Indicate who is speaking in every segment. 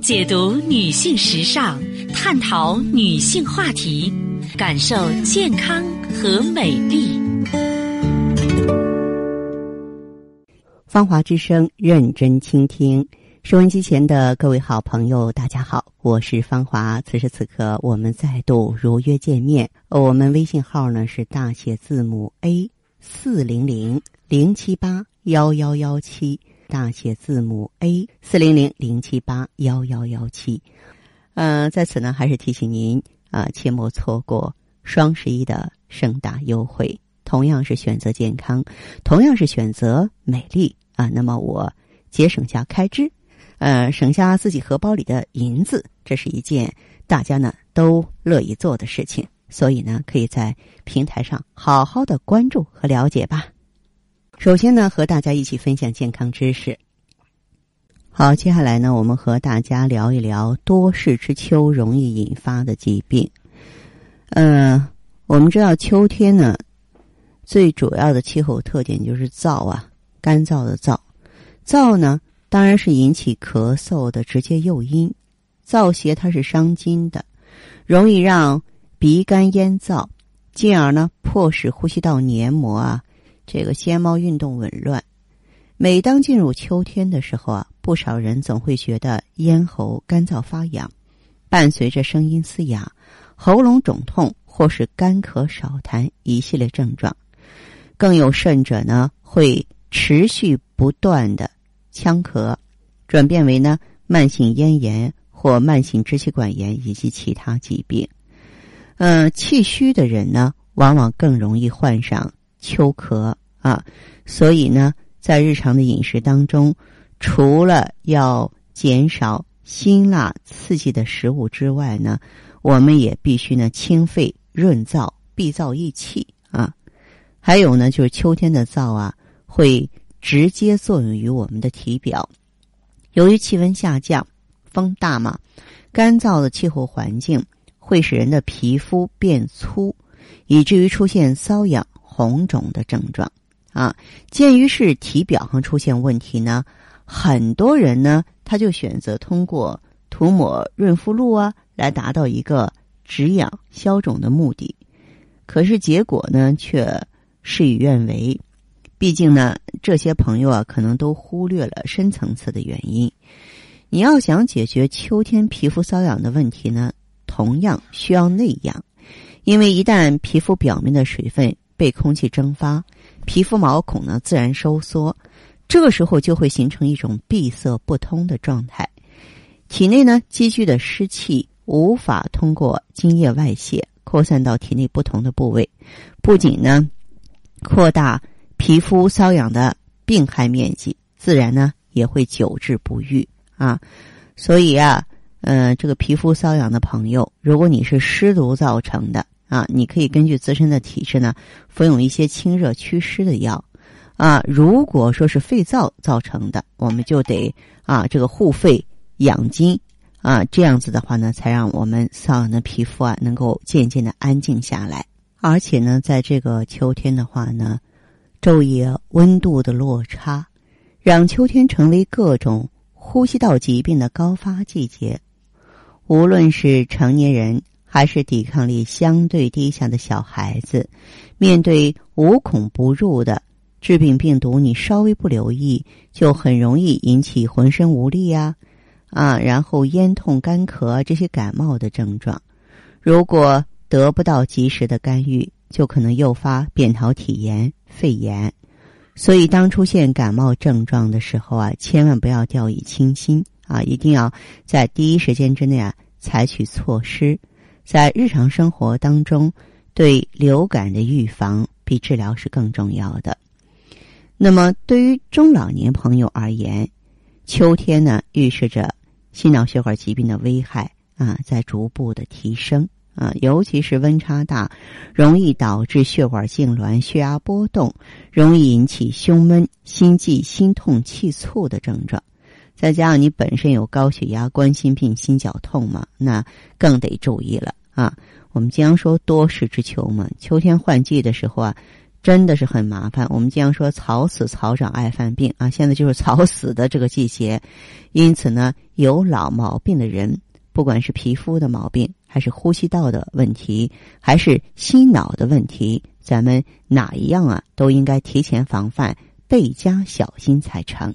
Speaker 1: 解读女性时尚，探讨女性话题，感受健康和美丽。
Speaker 2: 芳华之声，认真倾听。收音机前的各位好朋友，大家好，我是芳华。此时此刻，我们再度如约见面。呃我们微信号呢是大写字母 A 四零零零七八幺幺幺七，大写字母 A 四零零零七八幺幺幺七。呃，在此呢，还是提醒您啊、切莫错过双十一的盛大优惠。同样是选择健康，同样是选择美丽啊，那么我节省下开支，呃，省下自己荷包里的银子，这是一件大家呢都乐意做的事情。所以呢，可以在平台上好好的关注和了解吧。首先呢，和大家一起分享健康知识。好，接下来呢，我们和大家聊一聊多事之秋容易引发的疾病。呃，我们知道秋天呢，最主要的气候特点就是燥啊，干燥的燥。燥呢，当然是引起咳嗽的直接诱因。燥邪它是伤津的，容易让鼻干咽燥，进而呢迫使呼吸道黏膜啊这个纤毛运动紊乱。每当进入秋天的时候啊，不少人总会觉得咽喉干燥发痒，伴随着声音嘶哑、喉咙肿痛或是干咳少痰一系列症状。更有甚者呢，会持续不断的呛咳，转变为呢慢性咽炎或慢性支气管炎以及其他疾病。呃，气虚的人呢，往往更容易患上秋咳啊，所以呢，在日常的饮食当中，除了要减少辛辣刺激的食物之外呢，我们也必须呢清肺润燥、避燥益气啊。还有呢，就是秋天的燥啊，会直接作用于我们的体表。由于气温下降、风大嘛，干燥的气候环境会使人的皮肤变粗，以至于出现瘙痒、红肿的症状。啊，鉴于是体表上出现问题呢，很多人呢他就选择通过涂抹润肤露啊，来达到一个止痒消肿的目的。可是结果呢，却事与愿违。毕竟呢，这些朋友啊，可能都忽略了深层次的原因。你要想解决秋天皮肤瘙痒的问题呢，同样需要内养，因为一旦皮肤表面的水分被空气蒸发，皮肤毛孔呢自然收缩，这个时候就会形成一种闭塞不通的状态，体内呢积聚的湿气无法通过津液外泄扩散到体内不同的部位，不仅呢扩大皮肤瘙痒的病害面积，自然呢也会久治不愈啊。所以啊，呃，这个皮肤瘙痒的朋友，如果你是湿毒造成的啊，你可以根据自身的体质呢，服用一些清热祛湿的药。啊，如果说是肺燥造成的，我们就得啊这个护肺养筋啊，这样子的话呢，才让我们瘙痒的皮肤啊能够渐渐的安静下来。而且呢，在这个秋天的话呢，昼夜温度的落差，让秋天成为各种呼吸道疾病的高发季节。无论是成年人还是抵抗力相对低下的小孩子，面对无孔不入的致病病毒，你稍微不留意，就很容易引起浑身无力呀、啊，然后咽痛、干咳啊这些感冒的症状。如果得不到及时的干预，就可能诱发扁桃体炎、肺炎。所以，当出现感冒症状的时候啊，千万不要掉以轻心啊，一定要在第一时间之内啊采取措施。在日常生活当中，对流感的预防比治疗是更重要的。那么，对于中老年朋友而言，秋天呢预示着心脑血管疾病的危害啊在逐步的提升啊，尤其是温差大，容易导致血管痉挛、血压波动，容易引起胸闷、心悸、心痛、气促的症状。再加上你本身有高血压、冠心病、心绞痛嘛，那更得注意了啊！我们经常说多事之秋嘛，秋天换季的时候啊，真的是很麻烦。我们经常说“草死草长爱犯病”啊，现在就是草死的这个季节，因此呢，有老毛病的人，不管是皮肤的毛病，还是呼吸道的问题，还是心脑的问题，咱们哪一样啊，都应该提前防范，倍加小心才成。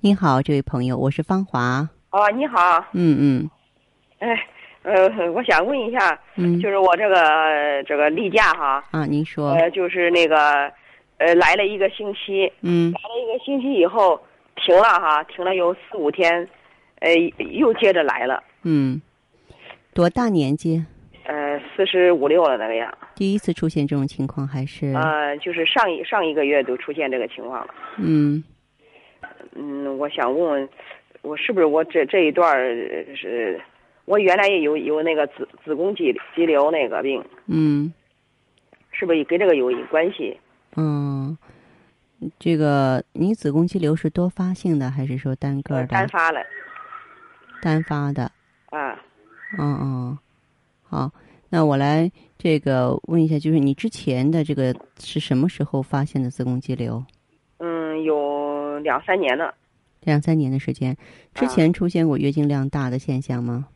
Speaker 2: 你好，这位朋友，我是芳华。
Speaker 3: 哦，你好，
Speaker 2: 嗯嗯
Speaker 3: 哎，呃，我想问一下，
Speaker 2: 嗯，
Speaker 3: 就是我这个这个例假哈，
Speaker 2: 啊，您说，
Speaker 3: 呃，就是那个，呃，来了一个星期，
Speaker 2: 嗯
Speaker 3: 来了一个星期以后停了哈，停了有四五天，呃，又接着来了，
Speaker 2: 嗯，多大年纪？
Speaker 3: 呃，四十五六了那个样，
Speaker 2: 第一次出现这种情况还是？
Speaker 3: 呃，就是上一上一个月都出现这个情况了，
Speaker 2: 嗯
Speaker 3: 嗯，我想问问，我是不是我这这一段儿呃是，我原来也有有那个子子宫肌肌瘤那个病，
Speaker 2: 嗯
Speaker 3: 是不是也跟这个有关系？
Speaker 2: 嗯，这个你子宫肌瘤是多发性的还是说单个儿的？
Speaker 3: 呃单发了
Speaker 2: 单发的。
Speaker 3: 啊。
Speaker 2: 嗯嗯，好，那我来这个问一下，就是你之前的这个是什么时候发现的子宫肌瘤？
Speaker 3: 嗯，有两三年了，
Speaker 2: 两三年的时间，之
Speaker 3: 啊
Speaker 2: 前出现过月经量大的现象吗？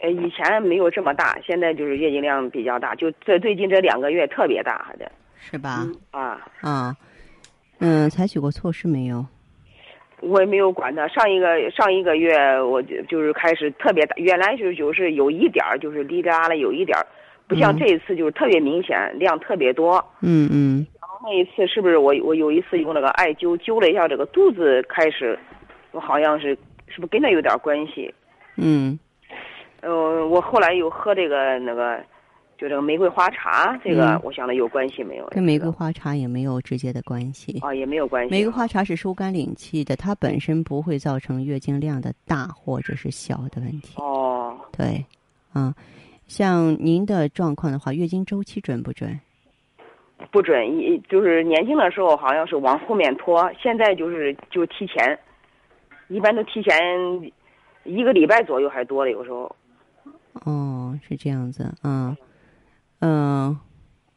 Speaker 3: 呃，以前没有这么大，现在就是月经量比较大，就这最近这两个月特别大，还得
Speaker 2: 是吧？
Speaker 3: 啊，
Speaker 2: 嗯啊，嗯，采取过措施没有？
Speaker 3: 我也没有管它。上一个上一个月我就就是开始特别大，原来就是就是有一点儿，就是滴答了有一点儿，不像
Speaker 2: 嗯
Speaker 3: 这一次就是特别明显，量特别多。
Speaker 2: 嗯嗯
Speaker 3: 那一次是不是我我有一次用那个艾灸灸了一下这个肚子，开始我好像是是不是跟那有点关系？
Speaker 2: 嗯
Speaker 3: 呃，我后来有喝这个那个，就这个玫瑰花茶，这个、
Speaker 2: 嗯
Speaker 3: 我想着有关系没有？
Speaker 2: 跟玫瑰花茶也没有直接的关系。
Speaker 3: 啊也没有关系。
Speaker 2: 玫瑰花茶是疏肝理气的，它本身不会造成月经量的大或者是小的问题。
Speaker 3: 哦，
Speaker 2: 对，啊，像您的状况的话，月经周期准不准？
Speaker 3: 不准，一就是年轻的时候好像是往后面拖，现在就是就提前，一般都提前一个礼拜左右还多了，有时候。
Speaker 2: 哦，是这样子，啊，嗯、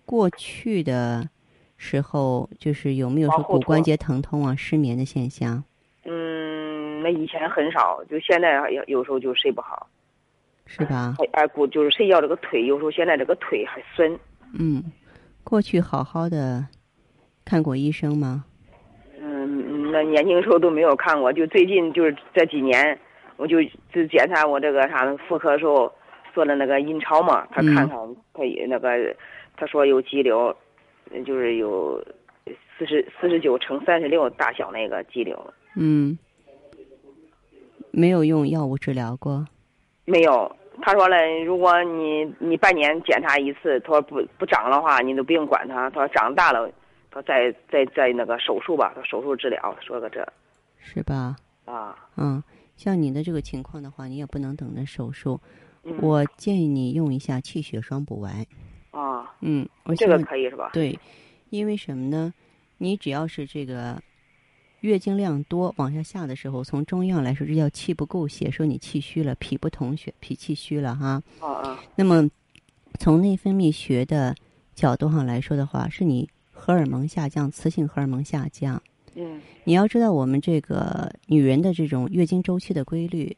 Speaker 2: 过去的时候就是有没有说
Speaker 3: 往后
Speaker 2: 骨关
Speaker 3: 拖
Speaker 2: 节疼痛啊、失眠的现象？
Speaker 3: 嗯，那以前很少，就现在有有时候就睡不好，
Speaker 2: 是吧？
Speaker 3: 哎哎骨就是睡觉这个腿，有时候现在这个腿还酸。
Speaker 2: 嗯，过去好好的看过医生吗？
Speaker 3: 嗯，那年轻时候都没有看过，就最近就是这几年，我就就检查我这个啥妇科时候做了那个阴超嘛，他
Speaker 2: 嗯
Speaker 3: 看看他也那个，他说有肌瘤，呃就是有四十四十九乘三十六大小那个肌瘤，
Speaker 2: 嗯，没有用药物治疗过。
Speaker 3: 没有。他说了，如果你你半年检查一次，他说不不长的话，你都不用管它。他说长大了，他说再再再那个手术吧，他手术治疗，说个这
Speaker 2: 是吧？
Speaker 3: 啊，
Speaker 2: 嗯，像你的这个情况的话，你也不能等着手术。
Speaker 3: 嗯
Speaker 2: 我建议你用一下气血双补丸。
Speaker 3: 啊，
Speaker 2: 嗯，我
Speaker 3: 这
Speaker 2: 希
Speaker 3: 个
Speaker 2: 望
Speaker 3: 可以是吧？
Speaker 2: 对，因为什么呢？你只要是这个月经量多往下下的时候，从中药来说，这叫气不够血，说你气虚了，脾不统血，脾气虚了哈。
Speaker 3: 啊啊。
Speaker 2: 那么，从内分泌学的角度上来说的话，是你荷尔蒙下降，雌性荷尔蒙下降。
Speaker 3: 嗯
Speaker 2: 你要知道，我们这个女人的这种月经周期的规律，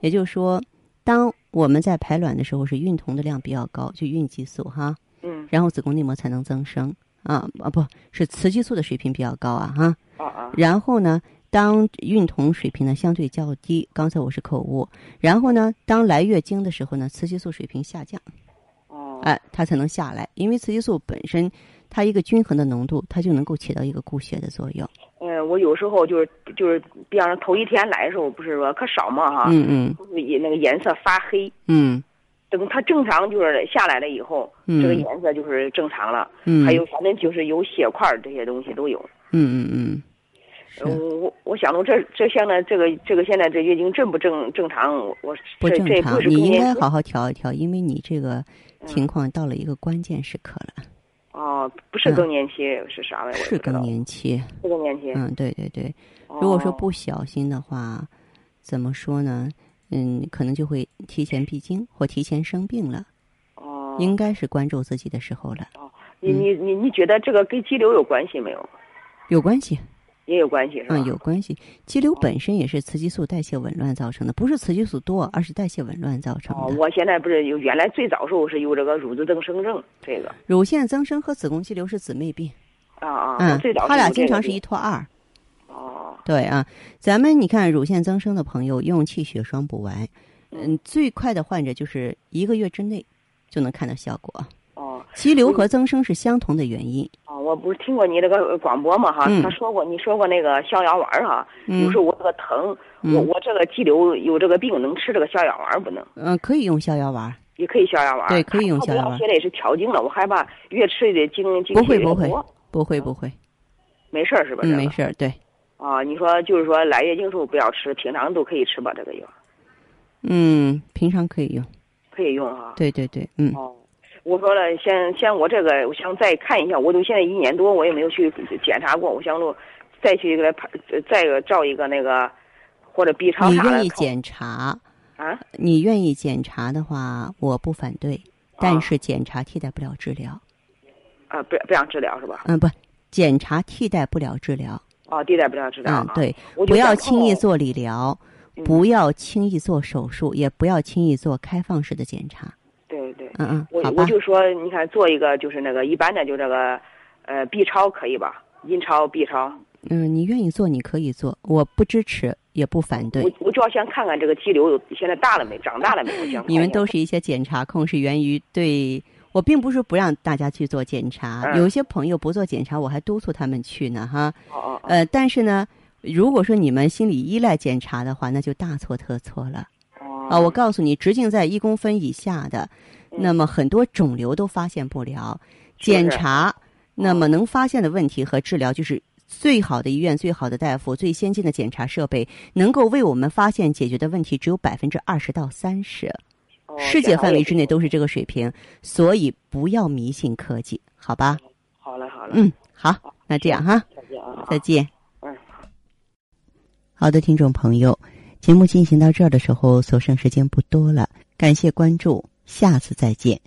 Speaker 2: 也就是说，当我们在排卵的时候是孕酮的量比较高，就孕激素哈，
Speaker 3: 嗯
Speaker 2: 然后子宫内膜才能增生啊啊，不是雌激素的水平比较高啊哈。
Speaker 3: 啊啊
Speaker 2: 然后呢，当孕酮水平呢相对较低，刚才我是口误。然后呢，当来月经的时候呢，雌激素水平下降。
Speaker 3: 哦
Speaker 2: 哎，它才能下来。因为雌激素本身，它一个均衡的浓度，它就能够起到一个固血的作用。
Speaker 3: 嗯，我有时候就是就是，比方说啊头一天来的时候，不是说可少嘛哈，
Speaker 2: 嗯嗯
Speaker 3: 就是也那个颜色发黑，
Speaker 2: 嗯，
Speaker 3: 等它正常就是下来了以后，
Speaker 2: 嗯
Speaker 3: 这个颜色就是正常了。
Speaker 2: 嗯，
Speaker 3: 还有反正就是有血块儿这些东西都有。
Speaker 2: 嗯嗯嗯，
Speaker 3: 呃我我我想着这这现在这个这个现在这月经正不正正常？我我
Speaker 2: 不
Speaker 3: 这
Speaker 2: 正
Speaker 3: 这也
Speaker 2: 常
Speaker 3: 不，是
Speaker 2: 你
Speaker 3: 更
Speaker 2: 应
Speaker 3: 年
Speaker 2: 该
Speaker 3: 期
Speaker 2: 好好调一调，因为你这个情况到了一个关键时刻了，
Speaker 3: 哦，不是
Speaker 2: 嗯
Speaker 3: 更年期是啥玩意儿？我也
Speaker 2: 是
Speaker 3: 不知道
Speaker 2: 更，年期。
Speaker 3: 是更年期。
Speaker 2: 嗯，对对对，如果说
Speaker 3: 哦
Speaker 2: 不小心的话，怎么说呢？嗯，可能就会提前闭经或提前生病了，
Speaker 3: 哦，
Speaker 2: 应该是关注自己的时候了。
Speaker 3: 你你你你觉得这个跟肌瘤有关系没有？
Speaker 2: 有关系，
Speaker 3: 也有关系是吧？哦
Speaker 2: 嗯，有关系。肌瘤本身也是雌激素代谢紊乱造成的，不是雌激素多，而是代谢紊乱造成
Speaker 3: 哦，
Speaker 2: 的。
Speaker 3: 我现在不是有原来最早时候是有这个乳头增生症这个
Speaker 2: 乳腺增生和子宫肌瘤是姊妹病，
Speaker 3: 啊啊，我
Speaker 2: 嗯
Speaker 3: 最早，是
Speaker 2: 它俩
Speaker 3: 有这
Speaker 2: 经
Speaker 3: 个
Speaker 2: 常是
Speaker 3: 病
Speaker 2: 一拖二。
Speaker 3: 哦
Speaker 2: 对啊，咱们你看乳腺增生的朋友用气血双补丸，嗯，最快的患者就是一个月之内就能看到效果。
Speaker 3: 哦
Speaker 2: 肌瘤和增生是相同的原因。
Speaker 3: 哦，我不是听过你这个呃广播嘛哈
Speaker 2: 嗯，
Speaker 3: 他说过你说过那个逍遥丸儿哈，
Speaker 2: 嗯
Speaker 3: 有时候我这个疼，我
Speaker 2: 嗯
Speaker 3: 我这个肌瘤有这个病能吃这个逍遥丸儿不能？
Speaker 2: 嗯、可以用逍遥丸儿，
Speaker 3: 也可以逍遥丸儿，
Speaker 2: 对可以用
Speaker 3: 他
Speaker 2: 逍遥
Speaker 3: 不
Speaker 2: 丸儿
Speaker 3: 要现在也是调经了，我害怕越吃越经经
Speaker 2: 不
Speaker 3: 血
Speaker 2: 会
Speaker 3: 越
Speaker 2: 不会
Speaker 3: 多
Speaker 2: 不会不会，
Speaker 3: 没事儿是吧？
Speaker 2: 嗯，
Speaker 3: 这
Speaker 2: 没
Speaker 3: 个
Speaker 2: 事儿，对，
Speaker 3: 啊，你说就是说来月经时候不要吃，平常都可以吃吧？这个药
Speaker 2: 嗯，平常可以用，
Speaker 3: 可以用哈。
Speaker 2: 对对对，嗯，
Speaker 3: 哦，我说了，先先我这个，我想再看一下，我都现在一年多，我也没有去检查过，我想着再去给他拍，再照一个那个或者 B 超
Speaker 2: 你
Speaker 3: 啥的
Speaker 2: 愿意
Speaker 3: 看
Speaker 2: 检查，
Speaker 3: 啊？
Speaker 2: 你愿意检查的话，我不反对，但是检查替代不了治疗，
Speaker 3: 啊，不不想治疗是吧？
Speaker 2: 嗯，不，检查替代不了治疗，
Speaker 3: 啊，地带不想治疗、
Speaker 2: 嗯
Speaker 3: 啊，，
Speaker 2: 对，
Speaker 3: 我就
Speaker 2: 不要
Speaker 3: 想
Speaker 2: 轻易
Speaker 3: 看看
Speaker 2: 做理疗，
Speaker 3: 嗯
Speaker 2: 不要轻易做手术，也不要轻易做开放式的检查，
Speaker 3: 对对，
Speaker 2: 嗯
Speaker 3: 我
Speaker 2: 嗯，好
Speaker 3: 我
Speaker 2: 吧，
Speaker 3: 就说，你看做一个就是那个一般的，就这个呃 B 超可以吧？阴超、B 超，
Speaker 2: 嗯，你愿意做你可以做，我不支持也不反对
Speaker 3: 我。我就要先看看这个肌瘤有现在大了没，长大了没？我想看
Speaker 2: 你们
Speaker 3: 一下
Speaker 2: 都是一些检查控，是源于对我并不是不让大家去做检查，
Speaker 3: 嗯
Speaker 2: 有一些朋友不做检查，我还督促他们去呢，哈。
Speaker 3: 哦哦哦
Speaker 2: 呃，但是呢，如果说你们心理依赖检查的话，那就大错特错了
Speaker 3: 哦
Speaker 2: 啊、我告诉你，直径在一公分以下的，那么很多肿瘤都发现不了，
Speaker 3: 是
Speaker 2: 检查那么能发现的问题和治疗就是。最好的医院、最好的大夫、最先进的检查设备，能够为我们发现解决的问题只有百分之二十到三十。
Speaker 3: 哦
Speaker 2: 世界
Speaker 3: 检查
Speaker 2: 范
Speaker 3: 也
Speaker 2: 围
Speaker 3: 不
Speaker 2: 之内
Speaker 3: 错
Speaker 2: 都是这个水平，所以不要迷信科技，好吧？
Speaker 3: 好了好了，
Speaker 2: 嗯，好，哎那这样哈，
Speaker 3: 再见啊，
Speaker 2: 再见。
Speaker 3: 嗯。
Speaker 2: 好的，听众朋友，节目进行到这儿的时候，所剩时间不多了，感谢关注，下次再见。